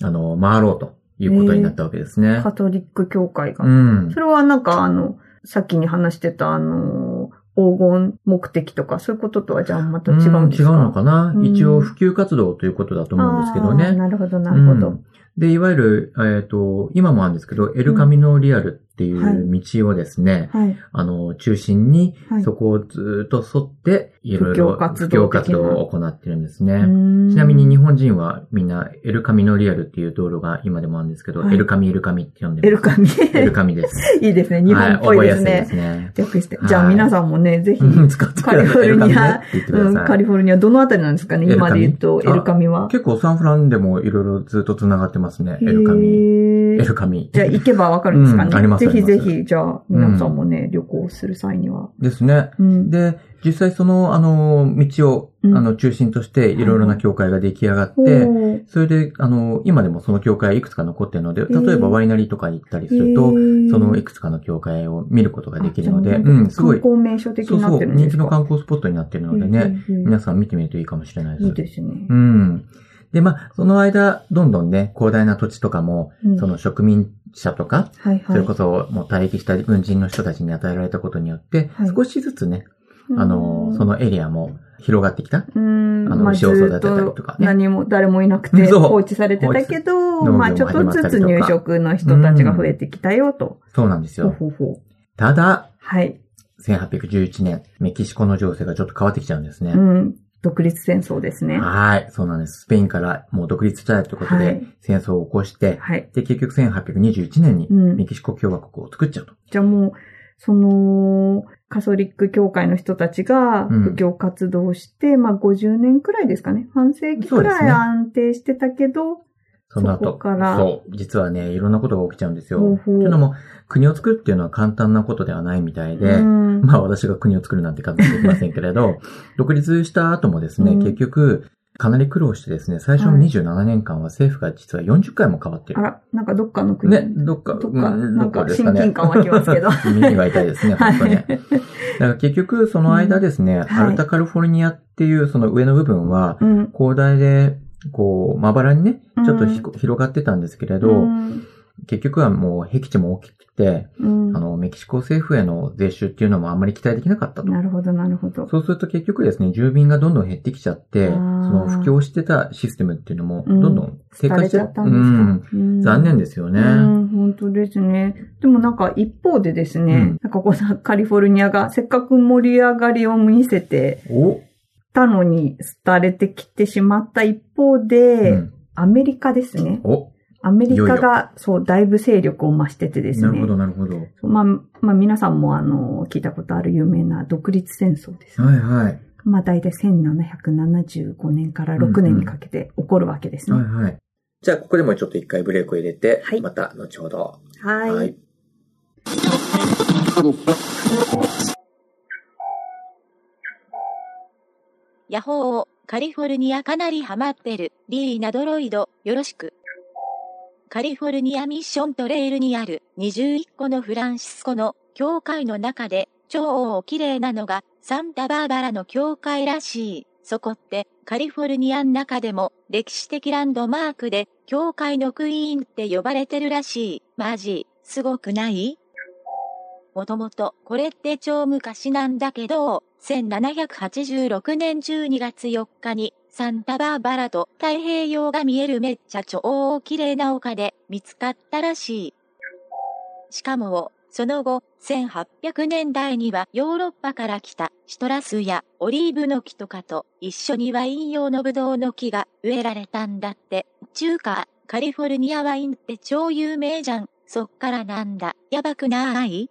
Speaker 3: あの、回ろうということになったわけですね
Speaker 4: カ。トリック教会が。
Speaker 3: うん
Speaker 4: そ。れはなんかあの、さっきに話してたあの、黄金目的とかそういうこととはじゃあまた違うんですか
Speaker 3: うん違うのかな、
Speaker 4: うん
Speaker 3: 一応普及活動ということだと思うんですけどね。
Speaker 4: あーなるほど、なるほ
Speaker 3: う
Speaker 4: ど。
Speaker 3: んで、いわゆる、えっ、と、今もあるんですけど、エルカミノリアルっていう道をですね、
Speaker 4: はい。
Speaker 3: あの、中心に
Speaker 4: はい、
Speaker 3: そこをずっと沿って、いろいろ
Speaker 4: 布教活動
Speaker 3: 布教活動を行ってるんですね。ち
Speaker 4: ち
Speaker 3: なみに日本人はみんな、エルカミノリアルっていう道路が今でもあるんですけど、
Speaker 4: はい
Speaker 3: エルカミエルカミって呼んでます。
Speaker 4: エルカミ。
Speaker 3: エルカミです。
Speaker 4: いいですね。 日本っぽいです
Speaker 3: は覚えや
Speaker 4: ね。
Speaker 3: すいですね。
Speaker 4: 略して
Speaker 3: は。い
Speaker 4: じゃあ皆さんもね、ぜひ、
Speaker 3: うん使ってください。
Speaker 4: カリフォル
Speaker 3: エカミ
Speaker 4: ニア
Speaker 3: ねって言ってくだ
Speaker 4: うん
Speaker 3: さい
Speaker 4: カリフォルニアどのあたりなんですかね今で言うと、
Speaker 3: エル
Speaker 4: エ
Speaker 3: カミ
Speaker 4: ルカミは。
Speaker 3: 結構サンフランでもいろいろずっと繋がってますね。エルカミ。エ
Speaker 4: ミ
Speaker 3: ルカミ。
Speaker 4: じゃあ行けばわかるんですかね、
Speaker 3: うんあります
Speaker 4: ぜひぜ
Speaker 3: あり
Speaker 4: ひ、じゃあ皆さんもね、旅行する際には。
Speaker 3: ですね。
Speaker 4: うん。
Speaker 3: で、実際その、あの、道を、
Speaker 4: うん
Speaker 3: あの、中心としていろいろな教会が出来上がって、
Speaker 4: おー
Speaker 3: それで、あの、今でもその教会いくつか残ってるので、例えばワイナリーとかに行ったりすると、そのいくつかの教会を見ることができるので、
Speaker 4: あじゃあ
Speaker 3: うん、すごい、
Speaker 4: 観光名所的
Speaker 3: そう
Speaker 4: にな
Speaker 3: そ
Speaker 4: って
Speaker 3: う、
Speaker 4: るんで
Speaker 3: 人
Speaker 4: す
Speaker 3: 気
Speaker 4: か
Speaker 3: の観光スポットになってるのでね、
Speaker 4: うんうんうん
Speaker 3: 皆さん見てみるといいかもしれないです。
Speaker 4: いいですね。
Speaker 3: うん。で、まあ、その間、どんどんね、広大な土地とかも、
Speaker 4: うん
Speaker 3: その植民者とか、
Speaker 4: はいはい。
Speaker 3: それこそもう退役した軍人の人たちに与えられたことによって、
Speaker 4: はい
Speaker 3: 少しずつね、あの、そ
Speaker 4: の、
Speaker 3: のエリアも広がってきた。
Speaker 4: うん、
Speaker 3: あの
Speaker 4: まあ
Speaker 3: 牛を育てたりと
Speaker 4: ずっ
Speaker 3: かね
Speaker 4: 何も、誰もいなくて
Speaker 3: そう
Speaker 4: 放置されてたけど、
Speaker 3: 放置
Speaker 4: まあちょっとずつ入植の人たちが増えてきたよと。
Speaker 3: そうなんです
Speaker 4: ほう
Speaker 3: よ。
Speaker 4: ほうほう。
Speaker 3: ただ、
Speaker 4: はい。
Speaker 3: 1811年、メキシコの情勢がちょっと変わってきちゃうんですね
Speaker 4: う。ん。独立戦争ですね。は
Speaker 3: はい、そうなんです。スペインからもう独立したいということ
Speaker 4: はい
Speaker 3: で、戦争を起こして、
Speaker 4: い。
Speaker 3: で、結局1821年に
Speaker 4: うん
Speaker 3: メキシコ共和国を作っちゃうと。
Speaker 4: じゃあもう、その、カソリック教会の人たちが
Speaker 3: うん
Speaker 4: 布教活動をして、まあ50年くらいですかね。半世紀
Speaker 3: そ
Speaker 4: く
Speaker 3: うです
Speaker 4: らい
Speaker 3: ね
Speaker 4: 安定してたけど、
Speaker 3: その後。
Speaker 4: そこから
Speaker 3: そう。実はね、いろんなことが起きちゃうんですよ。
Speaker 4: ほうほう
Speaker 3: というのも、国を作るっていうのは簡単なことではないみたいで、
Speaker 4: うん
Speaker 3: まあ私が国を作るなんて簡単にできませんけれ ど、独立した後もですね、
Speaker 4: うん
Speaker 3: 結局、かなり苦労してですね、最初の
Speaker 4: はい
Speaker 3: 27年間は政府が実は40回も変わって
Speaker 4: あ
Speaker 3: る。
Speaker 4: ら、なんかどっかの国。
Speaker 3: ね、どっか、
Speaker 4: どっか
Speaker 3: うんどっかですかね。
Speaker 4: なんか親近感湧きます けど
Speaker 3: 耳が痛いですね、
Speaker 4: はい
Speaker 3: 本当に。だから結局、その間ですね、
Speaker 4: はい
Speaker 3: アルタカルフォルニアっていうその上の部分は、
Speaker 4: うん。
Speaker 3: 広大で、こう、まばらにね、ちょっとひ
Speaker 4: うん
Speaker 3: こ広がってたんですけれど、
Speaker 4: うん
Speaker 3: 結局はもう僻地も大きくて、
Speaker 4: うん
Speaker 3: あの、メキシコ政府への税収っていうのもあんまり期待できなかったと。
Speaker 4: なるほど、なるほど。
Speaker 3: そうすると結局ですね、住民がどんどん減ってきちゃって、
Speaker 4: あ
Speaker 3: そ
Speaker 4: ー
Speaker 3: の布教してたシステムっていうのも、
Speaker 4: うん
Speaker 3: どんどん低
Speaker 4: 疲
Speaker 3: 下し
Speaker 4: れち
Speaker 3: て、
Speaker 4: ゃったんですか。
Speaker 3: うん残念
Speaker 4: で
Speaker 3: ですよね。
Speaker 4: うん、本当ですね。でもなんか一方でですね、
Speaker 3: うん
Speaker 4: なんかこのカリフォルニアがせっかく盛り上がりを見せて
Speaker 3: お、
Speaker 4: たのに廃れてきてしまった一方で、
Speaker 3: うん
Speaker 4: アメリカですね。
Speaker 3: お、
Speaker 4: アメリカ
Speaker 3: いよ
Speaker 4: がそう、だいぶ勢力を増しててですね。
Speaker 3: なるほど、なるほど。
Speaker 4: まあ、まあ皆さんもあの、聞いたことある有名な独立戦争です。
Speaker 3: はいはい。
Speaker 4: まあ大体1775年から6年にかけて起こるわけですね。
Speaker 3: はいはい。
Speaker 5: じゃあ、ここでもちょっと一回ブレイクを入れて、
Speaker 4: はい
Speaker 5: また後ほど。
Speaker 4: はい
Speaker 5: はい。
Speaker 8: ヤッホー、カリフォルニアかなりハマってる。リーナドロイド、よろしく。カリフォルニアミッショントレイルにある21個のフランシスコの教会の中で超綺麗なのがサンタバーバラの教会らしい。そこってカリフォルニアの中でも歴史的ランドマークで教会のクイーンって呼ばれてるらしい。マジ、すごくないもともとこれって超昔なんだけど、1786年12月4日にサンタバーバラと太平洋が見えるめっちゃ超綺麗な丘で見つかったらしい。しかも、その後、1800年代にはヨーロッパから来たシトラスやオリーブの木とかと一緒にワイン用のブドウの木が植えられたんだって。中華、カリフォルニアワインって超有名じゃん。そっからなんだ、やばくない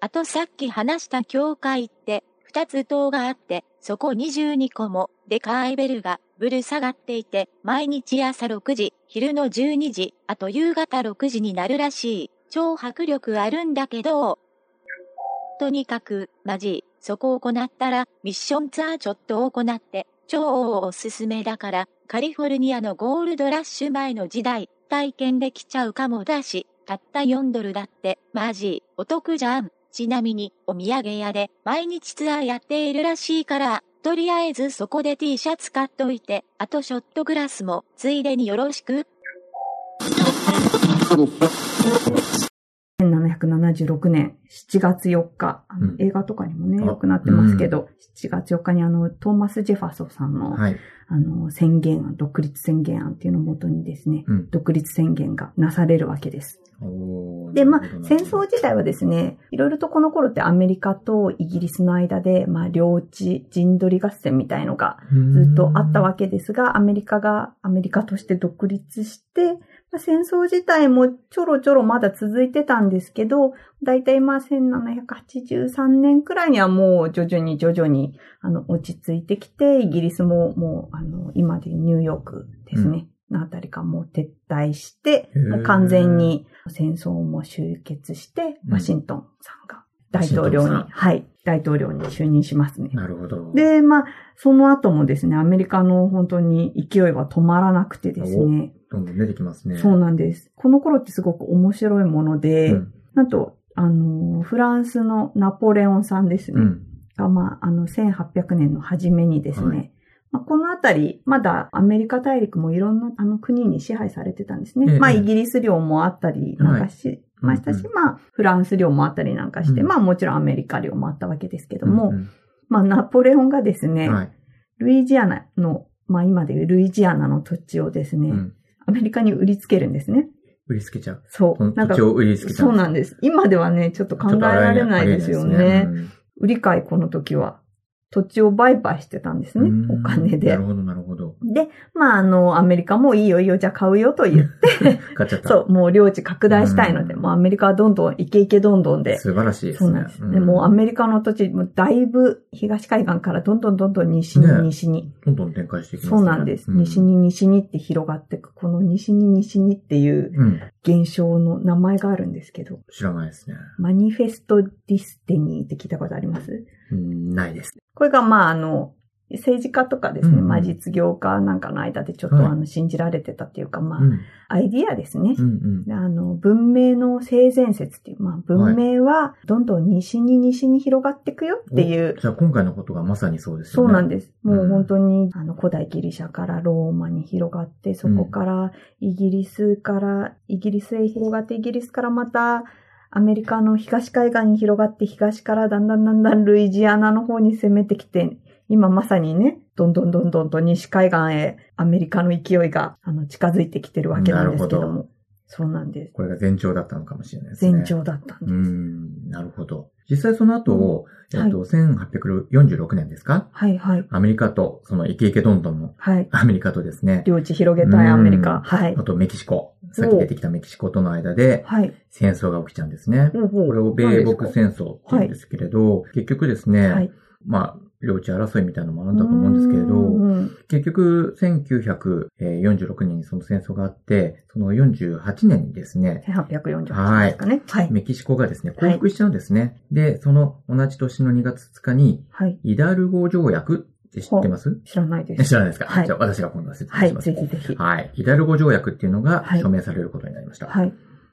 Speaker 8: あとさっき話した教会って、二つ塔があって、そこ22個も、でかいベルが、ぶる下がっていて、毎日朝6時、昼の12時、あと夕方6時になるらしい。超迫力あるんだけど、とにかく、マジ、そこを行ったら、ミッションツアーちょっと行って、超おすすめだから、カリフォルニアのゴールドラッシュ前の時代、体験できちゃうかもだし、たった4ドルだって、マジ、お得じゃん。ちなみに、お土産屋で毎日ツアーやっているらしいから、とりあえずそこで T シャツ買っといて、あとショットグラスも、ついでによろしく。
Speaker 4: 1776年7月4日、あの
Speaker 3: うん
Speaker 4: 映画とかにもね、
Speaker 3: あ
Speaker 4: よくなってますけど、7月4日にあの、トーマス・ジェファソンさんの、
Speaker 3: はい。
Speaker 4: あの、宣言案、独立宣言案っていうのをもとにですね、
Speaker 3: うん
Speaker 4: 独立宣言がなされるわけです。
Speaker 3: おー
Speaker 4: で、まあ
Speaker 3: なるほ、どな
Speaker 4: 戦
Speaker 3: るほ
Speaker 4: 争
Speaker 3: ど
Speaker 4: 自体はですね、いろいろとこの頃ってアメリカとイギリスの間で、まあ、領地陣取り合戦みたいのがずっとあったわけですが、アメリカがアメリカとして独立して、まあ戦争自体もちょろちょろまだ続いてたんですけど、だいたいまあ1783年くらいにはもう徐々に徐々にあの落ち着いてきて、イギリスももうあの今でニューヨークですね、のあたりがもう撤退し
Speaker 3: へ
Speaker 4: て
Speaker 3: ー、
Speaker 4: 完全に戦争も終結して、
Speaker 3: うん
Speaker 4: ワシントンさんが大統領
Speaker 3: ワシントンさ
Speaker 4: に
Speaker 3: ん、
Speaker 4: はい、大統領に就任しますね。
Speaker 3: なるほど。
Speaker 4: で、まあ、その後もですね、アメリカの本当に勢いは止まらなくてですね。
Speaker 3: どんどん出てきますね。
Speaker 4: そうなんです。この頃ってすごく面白いもので、
Speaker 3: うん
Speaker 4: なんと、あの、フランスのナポレオンさんですね。
Speaker 3: うん。
Speaker 4: が、まあ、あの、1800年の初めにですね、
Speaker 3: はい
Speaker 4: まあ、このあたり、まだアメリカ大陸もいろんなあの国に支配されてたんですね。
Speaker 3: ええ
Speaker 4: まあ、イギリス領もあったりなんかしましたし、
Speaker 3: うん
Speaker 4: まあ、フランス領もあったりなんかして、
Speaker 3: うん
Speaker 4: まあ、もちろんアメリカ領もあったわけですけども、
Speaker 3: うん
Speaker 4: まあ、ナポレオンがです
Speaker 3: う
Speaker 4: ね、
Speaker 3: んはい。
Speaker 4: ルイジアナの、まあ今でいうルイジアナの土地をですね、
Speaker 3: うん
Speaker 4: アメリカに売りつけるんですね。
Speaker 3: 売りつけちゃう。
Speaker 4: そう。
Speaker 3: この土地を売りつけちゃう。
Speaker 4: そうなんです。今ではね、ちょっと
Speaker 3: ち
Speaker 4: 考
Speaker 3: ょ
Speaker 4: え
Speaker 3: っと
Speaker 4: ら
Speaker 3: あ
Speaker 4: れないですよね。
Speaker 3: ありえないですね
Speaker 4: 売り買いこの時は、土地を売買してたんです
Speaker 3: う
Speaker 4: ね
Speaker 3: ん、
Speaker 4: お金
Speaker 3: な
Speaker 4: で
Speaker 3: る。ほど、なるほど。
Speaker 4: で、で、まあ、あの、アメリカもいいよいいよ、じゃあ買うよと言って、
Speaker 3: 買っちゃった。
Speaker 4: そう、もう領地拡大したいので、
Speaker 3: うん
Speaker 4: もうアメリカはどんどんイケイケどんどんで、
Speaker 3: 素晴らしいですね。
Speaker 4: そうなんです。
Speaker 3: ん
Speaker 4: でもうアメリカの土地、もうだいぶ東海岸からどんどんどんどん西
Speaker 3: ね
Speaker 4: に西に、
Speaker 3: どんどん展開していきますね。
Speaker 4: そうなんです。西。に西にって広がっていく、この西に西にっていう
Speaker 3: うん。
Speaker 4: 現象の名前があるんですけど、
Speaker 3: 知らないですね。
Speaker 4: マニフェストディスティニーって聞いたことあります
Speaker 3: うんないです。
Speaker 4: これが、まあ、あの、政治家とかですね、
Speaker 3: うん
Speaker 4: まあ実業家なんかの間でちょっと、
Speaker 3: はい
Speaker 4: あの信じられてたっていうか、まあ、
Speaker 3: うん。
Speaker 4: アイディアですね。
Speaker 3: うんうん。
Speaker 4: であの、文明の性善説っていう、まあ、文明はどんどん西に西に広がっていくよっていう、
Speaker 3: おじゃあ今回のことがまさにそうです
Speaker 4: そ
Speaker 3: よね。
Speaker 4: うなんです。
Speaker 3: うん
Speaker 4: もう本当に、あの、古代ギリシャからローマに広がって、そこからイギリスから、イギリスへ広がって、イギリスからまた、アメリカの東海岸に広がって、東からだんだんだんだんルイジアナの方に攻めてきて、今まさにね、どんどんどんどんと西海岸へアメリカの勢いがあの近づいてきてるわけなんですけど
Speaker 3: なるほ
Speaker 4: も。そうなんです。
Speaker 3: これが前兆だったのかもしれないですね。
Speaker 4: 前兆だったんで
Speaker 3: う
Speaker 4: す。
Speaker 3: ん、なるほど。実際その後、
Speaker 4: うん
Speaker 3: えっと、1846年ですか
Speaker 4: はいはい。
Speaker 3: アメリカと、そのイケイケどんどんの
Speaker 4: はい。
Speaker 3: アメリカとですね、
Speaker 4: 領地広げたいアメリカ。
Speaker 3: うん
Speaker 4: はい
Speaker 3: あ。とメキシコ、さっき出てきたメキシコとの間で
Speaker 4: はい。
Speaker 3: 戦争が起きちゃうんですね。
Speaker 4: ほうほう
Speaker 3: これを米国戦争って言うんですけれど、結局ですね、
Speaker 4: はい
Speaker 3: まあ、領地争いみたいなのもあるんだと思うんですけれど、
Speaker 4: うんうん
Speaker 3: 結局、1946年にその戦争があって、その48年にですね、
Speaker 4: 1848ですかね。はい。
Speaker 3: メキシコがですね、降伏しちゃうんですね。で、その同じ年の2月2日に、
Speaker 4: はい。
Speaker 3: イダルゴ条約って知ってます
Speaker 4: 知らないで
Speaker 3: え知
Speaker 4: す。
Speaker 3: らないですか、
Speaker 4: はい
Speaker 3: じゃあ私が今度は説
Speaker 4: は
Speaker 3: 明し
Speaker 4: い。
Speaker 3: ます。
Speaker 4: ぜひぜひ。
Speaker 3: はい。イダルゴ条約っていうのが
Speaker 4: はい
Speaker 3: 署名されることになりました。
Speaker 4: はい。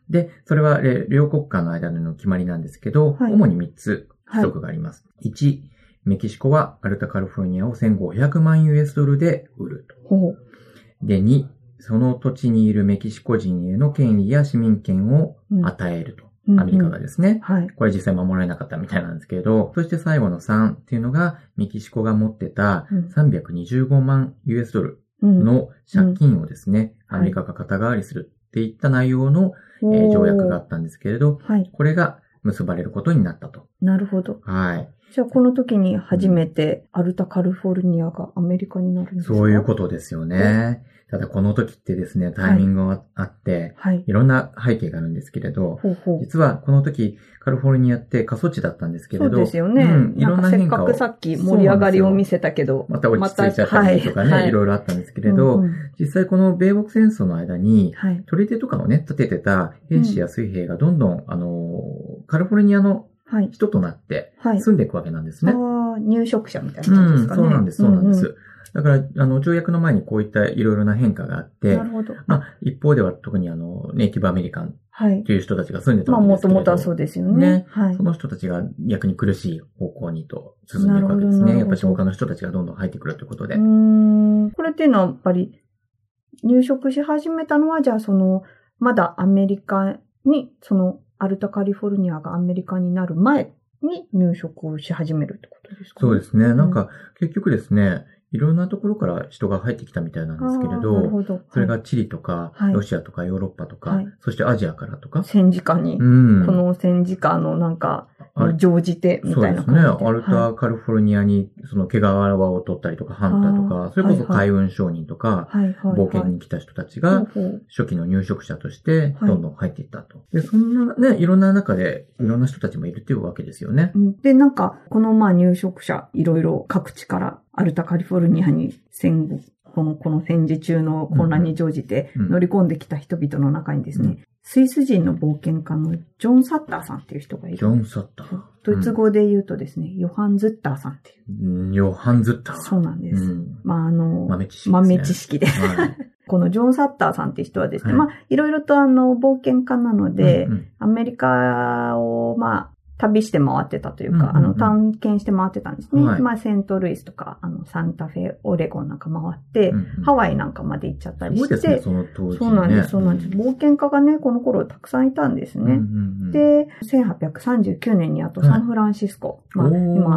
Speaker 3: で、それはえー両国間の間での決まりなんですけど、
Speaker 4: はい
Speaker 3: 主に3つ
Speaker 4: は
Speaker 3: 規
Speaker 4: い
Speaker 3: 則があります。1、メキシコはアルタカルフォルニアを1500万 US ドルで売ると。
Speaker 4: ほう。
Speaker 3: で、2、その土地にいるメキシコ人への権利や市民権を
Speaker 4: うん
Speaker 3: 与えると。
Speaker 4: うんうん
Speaker 3: アメリカがですね。
Speaker 4: はい。
Speaker 3: これ実際守られなかったみたいなんですけれど、そして最後の3っていうのが、メキシコが持ってた
Speaker 4: うん
Speaker 3: 325万 US ドル
Speaker 4: うん。
Speaker 3: の借金をですね、
Speaker 4: うん
Speaker 3: アメリカが肩代わりするっていった内容の、
Speaker 4: ほう
Speaker 3: えー条約があ。ったんですけれど、
Speaker 4: はい。
Speaker 3: これが結ばれることになったと。
Speaker 4: なるほど。
Speaker 3: はい。
Speaker 4: じゃあ、この時に初めてアルタカルフォルニアがアメリカになるんですか。
Speaker 3: そういうこととですよね。ただこの時ってですね、タイミングがあって、
Speaker 4: はい。
Speaker 3: いろんな背景があるんですけれど、
Speaker 4: ほうほう。
Speaker 3: 実はこの時、カリフォルニアって過疎地だったんですけ
Speaker 4: そ
Speaker 3: れ
Speaker 4: う
Speaker 3: ど、
Speaker 4: ですよね。
Speaker 3: うん、い
Speaker 4: な
Speaker 3: ろ
Speaker 4: ん
Speaker 3: ん
Speaker 4: か
Speaker 3: な
Speaker 4: せっ
Speaker 3: 変化
Speaker 4: か
Speaker 3: を
Speaker 4: くさっき盛り上がりを見せたけど、
Speaker 3: また落ち着いちゃったりとかね、い、ろいろあったんですけれど、
Speaker 4: うんうん
Speaker 3: 実際この米国戦争の間に、
Speaker 4: はい。
Speaker 3: 取り手とかをね、立ててた兵士や水兵がどんどん、あのー、カリフォルニアの
Speaker 4: はい。
Speaker 3: 人となって
Speaker 4: はい。
Speaker 3: 住んでいくわけなんですね。
Speaker 4: ああ、入植者みたいうな感じで
Speaker 3: ん
Speaker 4: す、かね。
Speaker 3: そうなんです、そうなんです。
Speaker 4: う
Speaker 3: だから、あの、条約の前にこういったいろいろな変化があっ
Speaker 4: うん。
Speaker 3: て
Speaker 4: な、るほど。
Speaker 3: まあ、一方では特にあの、ネイティブアメリカン
Speaker 4: はい
Speaker 3: と。いう人たちが住んでた
Speaker 4: まあ、
Speaker 3: わけで
Speaker 4: も
Speaker 3: すけ
Speaker 4: と
Speaker 3: れど
Speaker 4: もとはそうですよ
Speaker 3: ね
Speaker 4: ね。はい
Speaker 3: そ。の人たちが逆に苦しい方向にと進んでいくわけです
Speaker 4: なるほどなる
Speaker 3: ね。
Speaker 4: ほど
Speaker 3: やっぱし他の人たちがどんどん入ってくるということで。
Speaker 4: うーんこれっていうのはやっぱり入植し始めたのは、じゃあその、まだアメリカに、そのアルタカリフォルニアがアメリカになる前に入植をし始めるってことですか、。
Speaker 3: そうですすね。なんか、結局ですね、いろんなところから人が入ってきたみたいなんですけれ
Speaker 4: あーなる
Speaker 3: ど、
Speaker 4: ほど。
Speaker 3: それが
Speaker 4: はい
Speaker 3: チリとか、
Speaker 4: はい
Speaker 3: ロシアとかヨーロッパとか、
Speaker 4: はい
Speaker 3: そしてアジアからとか、
Speaker 4: 戦時下に、
Speaker 3: うん。
Speaker 4: この戦時下のなんか、
Speaker 3: あれ
Speaker 4: 常時手み
Speaker 3: そう
Speaker 4: たい
Speaker 3: で
Speaker 4: な
Speaker 3: すね。
Speaker 4: 感じで。
Speaker 3: アルタ・カリフォルニアに、その毛皮を取ったりとか、ハンターと
Speaker 4: あ
Speaker 3: か
Speaker 4: ー、
Speaker 3: それこそ
Speaker 4: はい
Speaker 3: 海運商人とか、
Speaker 4: はい、はいはい、
Speaker 3: 冒険に来た人たち
Speaker 4: ほ
Speaker 3: が
Speaker 4: う、ほう
Speaker 3: 初期の入植者として、
Speaker 4: はい
Speaker 3: どんどん入っていったと。で、そんなね、いろんな中で、いろんな人たちもいるっていうわけですよね
Speaker 4: う。んで、なんか、このまあ入植者、いろいろ各地からアルタカリフォルニアに戦後、この、この戦時中の混乱に乗じて
Speaker 3: うんうん
Speaker 4: 乗り込んできた人々の中にですね、
Speaker 3: うん
Speaker 4: スイス人の冒険家のジョン・サッターさんっていう人がい
Speaker 3: ジョ
Speaker 4: る。
Speaker 3: ン・サッター。
Speaker 4: ドイツ語で言うとですね、ヨハン・ズッターさんっていう。
Speaker 3: うん。ヨハン・ズッター。
Speaker 4: そうなんです。
Speaker 3: うん。
Speaker 4: まあ、あの、
Speaker 3: 豆知識ですね
Speaker 4: 豆知識で。
Speaker 3: はい。
Speaker 4: このジョン・サッターさんっていう人はですね、
Speaker 3: はい
Speaker 4: まあ、いろいろとあの、冒険家なので、
Speaker 3: うんうん
Speaker 4: アメリカを、まあ、旅して回ってたというか、
Speaker 3: うんうんうん
Speaker 4: あの、探検して回ってたんですね。
Speaker 3: はい
Speaker 4: まあ、セントルイスとか、あの、サンタフェ、オレゴンなんか回って、
Speaker 3: うんうん
Speaker 4: ハワイなんかまで行っちゃった
Speaker 3: す
Speaker 4: り
Speaker 3: ごい
Speaker 4: して、
Speaker 3: ですね、その当時、ね。
Speaker 4: そうなんです、そうなんです。冒険家がね、この頃たくさんいたんです
Speaker 3: うんう
Speaker 4: ね。
Speaker 3: んうん
Speaker 4: で、1839年にあと
Speaker 3: はい
Speaker 4: サンフランシスコ、
Speaker 3: おー
Speaker 4: まあ、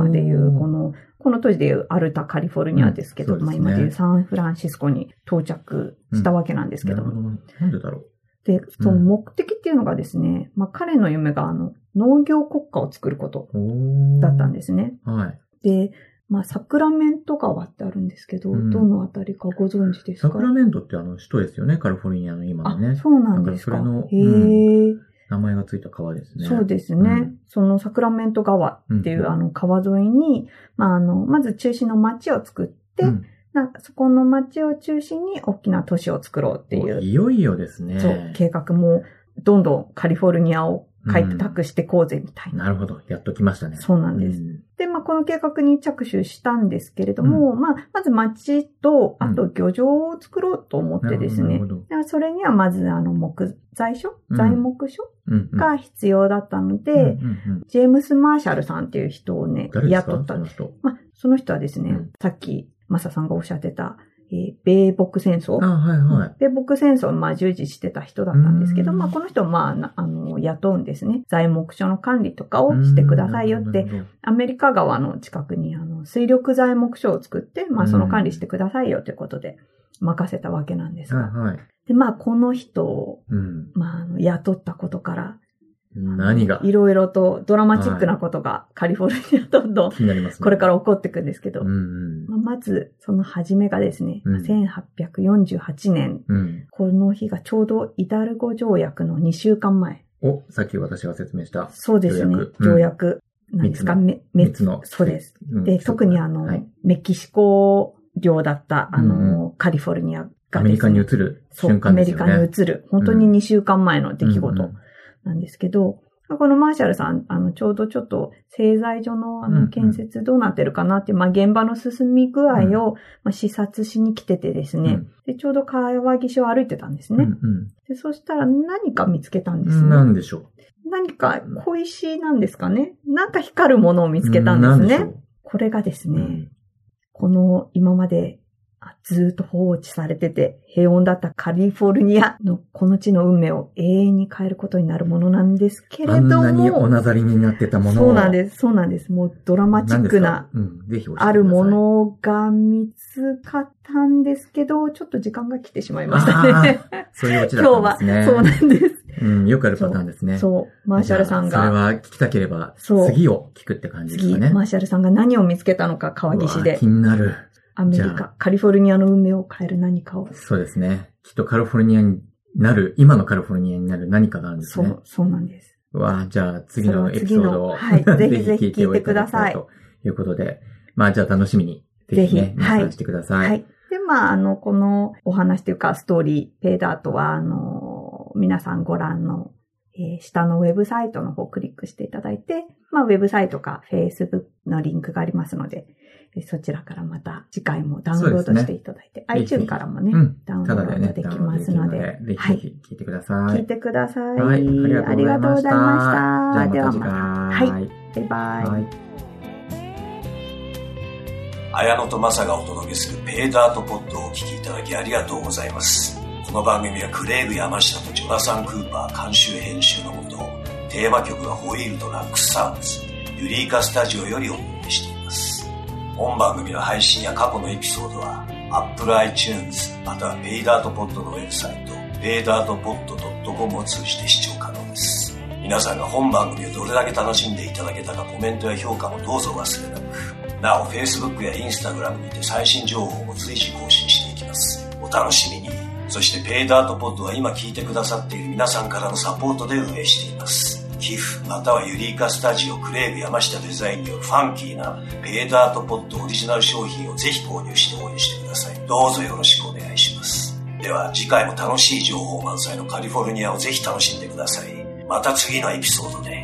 Speaker 4: 今でいう、この、この当時でいうアルタカリフォルニアですけど、
Speaker 3: うんそう
Speaker 4: まあ
Speaker 3: ですね
Speaker 4: 今でいうサンフランシスコに到着したわけなんですけども、
Speaker 3: なるほど。なんでだろう。
Speaker 4: で、そうの
Speaker 3: ん
Speaker 4: 目的っていうのがですね、まあ彼の夢があの農業国家を作ること
Speaker 3: おー
Speaker 4: だったんですね。
Speaker 3: はい。
Speaker 4: で、まあ、サクラメント川ってあるんですけど、
Speaker 3: うん
Speaker 4: どのあたりかご存知です
Speaker 3: サ
Speaker 4: か
Speaker 3: クラメントってあの、首都ですよね、カリフォルニアの今の
Speaker 4: あ、
Speaker 3: ね。
Speaker 4: そうなんです
Speaker 3: だ
Speaker 4: か。
Speaker 3: からそ
Speaker 4: へ
Speaker 3: れの
Speaker 4: え、
Speaker 3: 名前がついた川ですね。
Speaker 4: そうですね。
Speaker 3: うん
Speaker 4: そのサクラメント川っていう、
Speaker 3: うん
Speaker 4: あの川沿いに、まあ、あの、まず中心の町を作って、
Speaker 3: うん
Speaker 4: なんかそこの町を中心に大きな都市を作ろうってい
Speaker 3: お
Speaker 4: う、
Speaker 3: いよいよですね。
Speaker 4: そう、計画もどんどんカリフォルニアを開拓していこうぜみたいな。
Speaker 3: なるほど。やっと来ましたね。
Speaker 4: そうなんです。
Speaker 3: うん
Speaker 4: で、まあ、この計画に着手したんですけれども、まあ、まず町と、あと漁場を作ろうと思ってです
Speaker 3: な
Speaker 4: ね
Speaker 3: るほ。ど。なるほど
Speaker 4: でそれにはまず、あの、木材所
Speaker 3: うん
Speaker 4: 材木所
Speaker 3: うんうん
Speaker 4: が必要だったので、
Speaker 3: うんうんうん
Speaker 4: ジェームス・マーシャルさんっていう人をね、
Speaker 3: 誰ですか
Speaker 4: 雇った
Speaker 3: そ。の人。
Speaker 4: まあ、その人はですね、
Speaker 3: うん
Speaker 4: さっき、マサさんがおっしゃってた、えー米北戦争
Speaker 3: あ、。はいはい。
Speaker 4: 米北戦争にまあ従事してた人だったんですけど、
Speaker 3: うん
Speaker 4: まあこの人をまあな、あの、雇うんですね。材木所の管理とかをしてくださいよって
Speaker 3: うん。なる
Speaker 4: アメリカ川の近くにあの水力材木所を作って、まあその管理してくださいよということで任せたわけなんです
Speaker 3: ほど
Speaker 4: が。
Speaker 3: はいはい。
Speaker 4: で、まあこの人を、
Speaker 3: うん。
Speaker 4: まああの雇ったことから、
Speaker 3: 何が
Speaker 4: いろいろとドラマチックなことがカリフォルニアどんどん
Speaker 3: 気になりますね。
Speaker 4: これから起こっていくんですけど、
Speaker 3: うんうん。
Speaker 4: まあまずその初めがですね、
Speaker 3: うん
Speaker 4: 1848年、
Speaker 3: うん。
Speaker 4: この日がちょうどイダルゴ条約の2週間前。
Speaker 3: お、さっき私が説明した。
Speaker 4: そうですね。
Speaker 3: 条約うん
Speaker 4: 条約。なんですか、
Speaker 3: 三
Speaker 4: め
Speaker 3: 三つの
Speaker 4: そうです。
Speaker 3: うん
Speaker 4: で、特にあの、
Speaker 3: はい
Speaker 4: メキシコ領だった、あの、
Speaker 3: うん
Speaker 4: カリフォルニアがで
Speaker 3: ア
Speaker 4: すね、
Speaker 3: メリカに移る
Speaker 4: そう
Speaker 3: 瞬間です
Speaker 4: ア
Speaker 3: よね。
Speaker 4: メリカに移る。本当
Speaker 3: う
Speaker 4: に
Speaker 3: ん
Speaker 4: 2週間前の出来事
Speaker 3: うん
Speaker 4: なんですけど、このマーシャルさん、あの、ちょうどちょっと、製材所の、あ
Speaker 3: うんう
Speaker 4: の、
Speaker 3: ん
Speaker 4: 建設どうなってるかなって、まあ、現場の進み具合を、まあ、視察しに来ててですね、
Speaker 3: うん
Speaker 4: で、ちょうど川岸を歩いてたんです
Speaker 3: うん
Speaker 4: ね。
Speaker 3: うん
Speaker 4: で、そしたら何か見つけたん
Speaker 3: う
Speaker 4: です
Speaker 3: ん。
Speaker 4: ね。
Speaker 3: なんでしょ
Speaker 4: 何か小石なんですかねなんか光るものを見
Speaker 3: う
Speaker 4: つけたんです
Speaker 3: う
Speaker 4: ね。
Speaker 3: ん
Speaker 4: これがですね、
Speaker 3: なんでしょううん
Speaker 4: この今まであずーっと放置されてて平穏だったカリフォルニアのこの地の運命を永遠に変えることになるものなんですけれ
Speaker 3: あ
Speaker 4: ど
Speaker 3: ん
Speaker 4: も。
Speaker 3: なにおなざりになってたものを
Speaker 4: そうなんです。そうなんです。もうドラマチックな、
Speaker 3: 何ですかうん、ぜひ教えてください
Speaker 4: あるものが見つかったんですけど、ちょっと時間が来てしまいましたね。
Speaker 3: あーそういうオチ
Speaker 4: 今
Speaker 3: だったんで
Speaker 4: 日は、
Speaker 3: すね。
Speaker 4: そうなんです。
Speaker 3: うん、よくあるパターンですね。
Speaker 4: そう、マーシャルさん
Speaker 3: じゃあそれ
Speaker 4: が、
Speaker 3: は聞きたければ、
Speaker 4: そう
Speaker 3: 次を聞くって感じです
Speaker 4: 次、
Speaker 3: かね。
Speaker 4: マーシャルさんが何を見つけたのか川岸
Speaker 3: うわー
Speaker 4: で
Speaker 3: 気、になる。
Speaker 4: アメリ
Speaker 3: じゃ
Speaker 4: カ、カリフォルニアの運命を変える何かを。
Speaker 3: そうですね。きっとカリフォルニアになる、今のカリフォルニアになる何かがあるんです
Speaker 4: そ
Speaker 3: ね。
Speaker 4: う、そうなんです。
Speaker 3: うわあじゃあ次のエピソードを、
Speaker 4: そ れは次のはいぜひ
Speaker 3: 聞いておいてください。ということで、まあじゃあ楽しみに、ぜひね、
Speaker 4: ぜひ
Speaker 3: 皆さ
Speaker 4: は
Speaker 3: ん
Speaker 4: い
Speaker 3: してください。
Speaker 4: はい。で、まあ、あの、このお話というか、ストーリー、ペイダートは、あの、皆さんご覧の、えー下のウェブサイトの方をクリックしていただいて、まあ、ウェブサイトか Facebook のリンクがありますので、えーそちらからまた次回もダウンロー
Speaker 3: そうです
Speaker 4: ド
Speaker 3: ね
Speaker 4: していただいて、
Speaker 3: ぜひぜひ
Speaker 4: iTunes からもね、
Speaker 3: うん
Speaker 4: ダウンロ
Speaker 3: ただ
Speaker 4: ー
Speaker 3: で
Speaker 4: ド
Speaker 3: ね、
Speaker 4: で
Speaker 3: ダウン
Speaker 4: き
Speaker 3: ロード
Speaker 4: ま
Speaker 3: ですきる
Speaker 4: の
Speaker 3: の
Speaker 4: で、
Speaker 3: で、ぜ
Speaker 4: は
Speaker 3: ひ
Speaker 4: い
Speaker 3: ぜひ聞いてくださ
Speaker 4: 聞い
Speaker 3: い。
Speaker 4: てください。
Speaker 3: はい、ありがとうございました。
Speaker 4: ありがとうございました。では
Speaker 3: じゃあ
Speaker 4: ま
Speaker 3: ま
Speaker 4: た
Speaker 3: た
Speaker 4: 次
Speaker 3: 次回。
Speaker 4: 回。はい。バイバイ。
Speaker 3: はい
Speaker 9: 綾野とマサがお届けするペーダートポッドをお聞きいただきありがとうございます。この番組はクレイグ山下とジョナサン・クーパー監修編集のもと、テーマ曲はホイールとラックスサウンズ、ユリーカスタジオよりお届けしています。本番組の配信や過去のエピソードは、Apple iTunes、またはペイダートポッドのウェブサイト、ペイダートポッド .com を通じて視聴可能です。皆さんが本番組をどれだけ楽しんでいただけたかコメントや評価もどうぞ忘れなく。なお Facebook や Instagram にて最新情報も随時更新していきますお楽しみにそしてペイダートポッドは今聞いてくださっている皆さんからのサポートで運営しています寄付またはユリーカスタジオクレーブ山下デザインによるファンキーなペイダートポッドオリジナル商品をぜひ購入して応援してくださいどうぞよろしくお願いしますでは次回も楽しい情報満載のカリフォルニアをぜひ楽しんでくださいまた次のエピソードで